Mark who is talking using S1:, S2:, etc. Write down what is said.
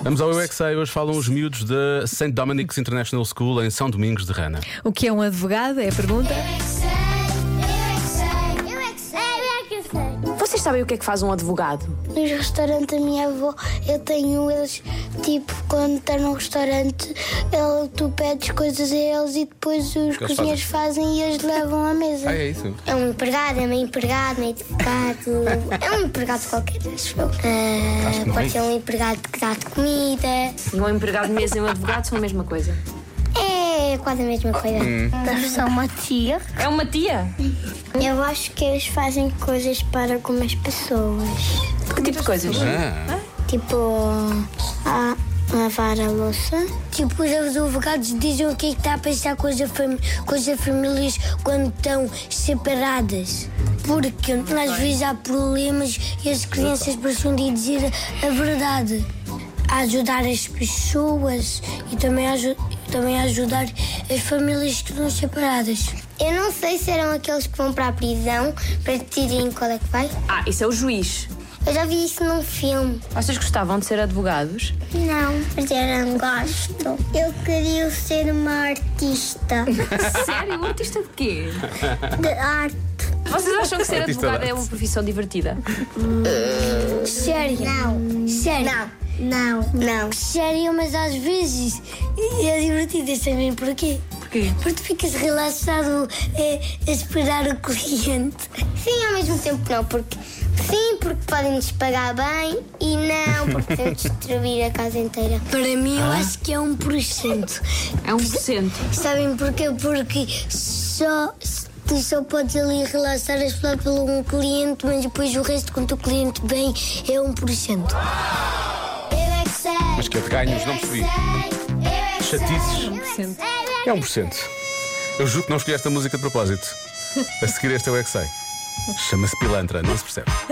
S1: Vamos ao UXA. Hoje falam os miúdos da St. Dominic's International School em São Domingos de Rana.
S2: O que é um advogado? É a pergunta.
S3: Vocês sabem o que é que faz um advogado?
S4: Nos restaurantes da minha avó, eu tenho eles, tipo, quando está num restaurante, ele, tu pedes coisas a eles e depois os cozinheiros fazem? e eles levam à mesa.
S1: é isso.
S4: É um empregado, é uma empregada, um empregado. é um empregado qualquer, acho eu. Ah,
S1: que não
S4: pode
S1: é
S4: ser um empregado que dá de comida.
S3: Um empregado de mesa e um advogado são a mesma coisa.
S4: É quase a mesma coisa. Eles são uma tia.
S3: É uma tia?
S4: Eu acho que eles fazem coisas para algumas pessoas.
S3: Que tipo de coisas?
S1: Ah,
S4: Tipo, a lavar a louça. Tipo, os advogados dizem o que é que está a pensar com as, fam- com as famílias quando estão separadas. Porque às vezes há problemas e as crianças precisam de dizer a verdade. A ajudar as pessoas e também, aju- também ajudar as famílias que estão separadas. Eu não sei se eram aqueles que vão para a prisão para decidirem qual é que vai.
S3: Ah, isso é o juiz.
S4: Eu já vi isso num filme.
S3: Vocês gostavam de ser advogados?
S4: Não, mas eu não gosto. Eu queria ser uma artista
S3: Sério? Um artista de quê?
S4: de arte.
S3: Vocês acham que ser
S1: Artista de
S3: advogado é
S1: arte.
S3: uma profissão divertida?
S4: Sério? Não. Sério? Não. Não. Não. Sério, mas às vezes é divertido eu também. Porquê?
S3: Porquê?
S4: Porque ficas relaxado é, a esperar o cliente. Sim, ao mesmo tempo não, porque sim, porque podem nos pagar bem e não, porque podemos destruir a casa inteira. Para mim, eu acho que é um porcento.
S3: É um porcento.
S4: Sabem porquê? Porque só. Tu só podes ali relaxar a falar pelo um cliente, mas depois o resto, quando o cliente vem, é 1%. Eu é que sei.
S1: Mas que é de ganhos, não percebi. Chatices. é 1%. Eu juro que não escolhi esta música de propósito. A seguir, este é o UXA. Chama-se Pilantra, não se percebe.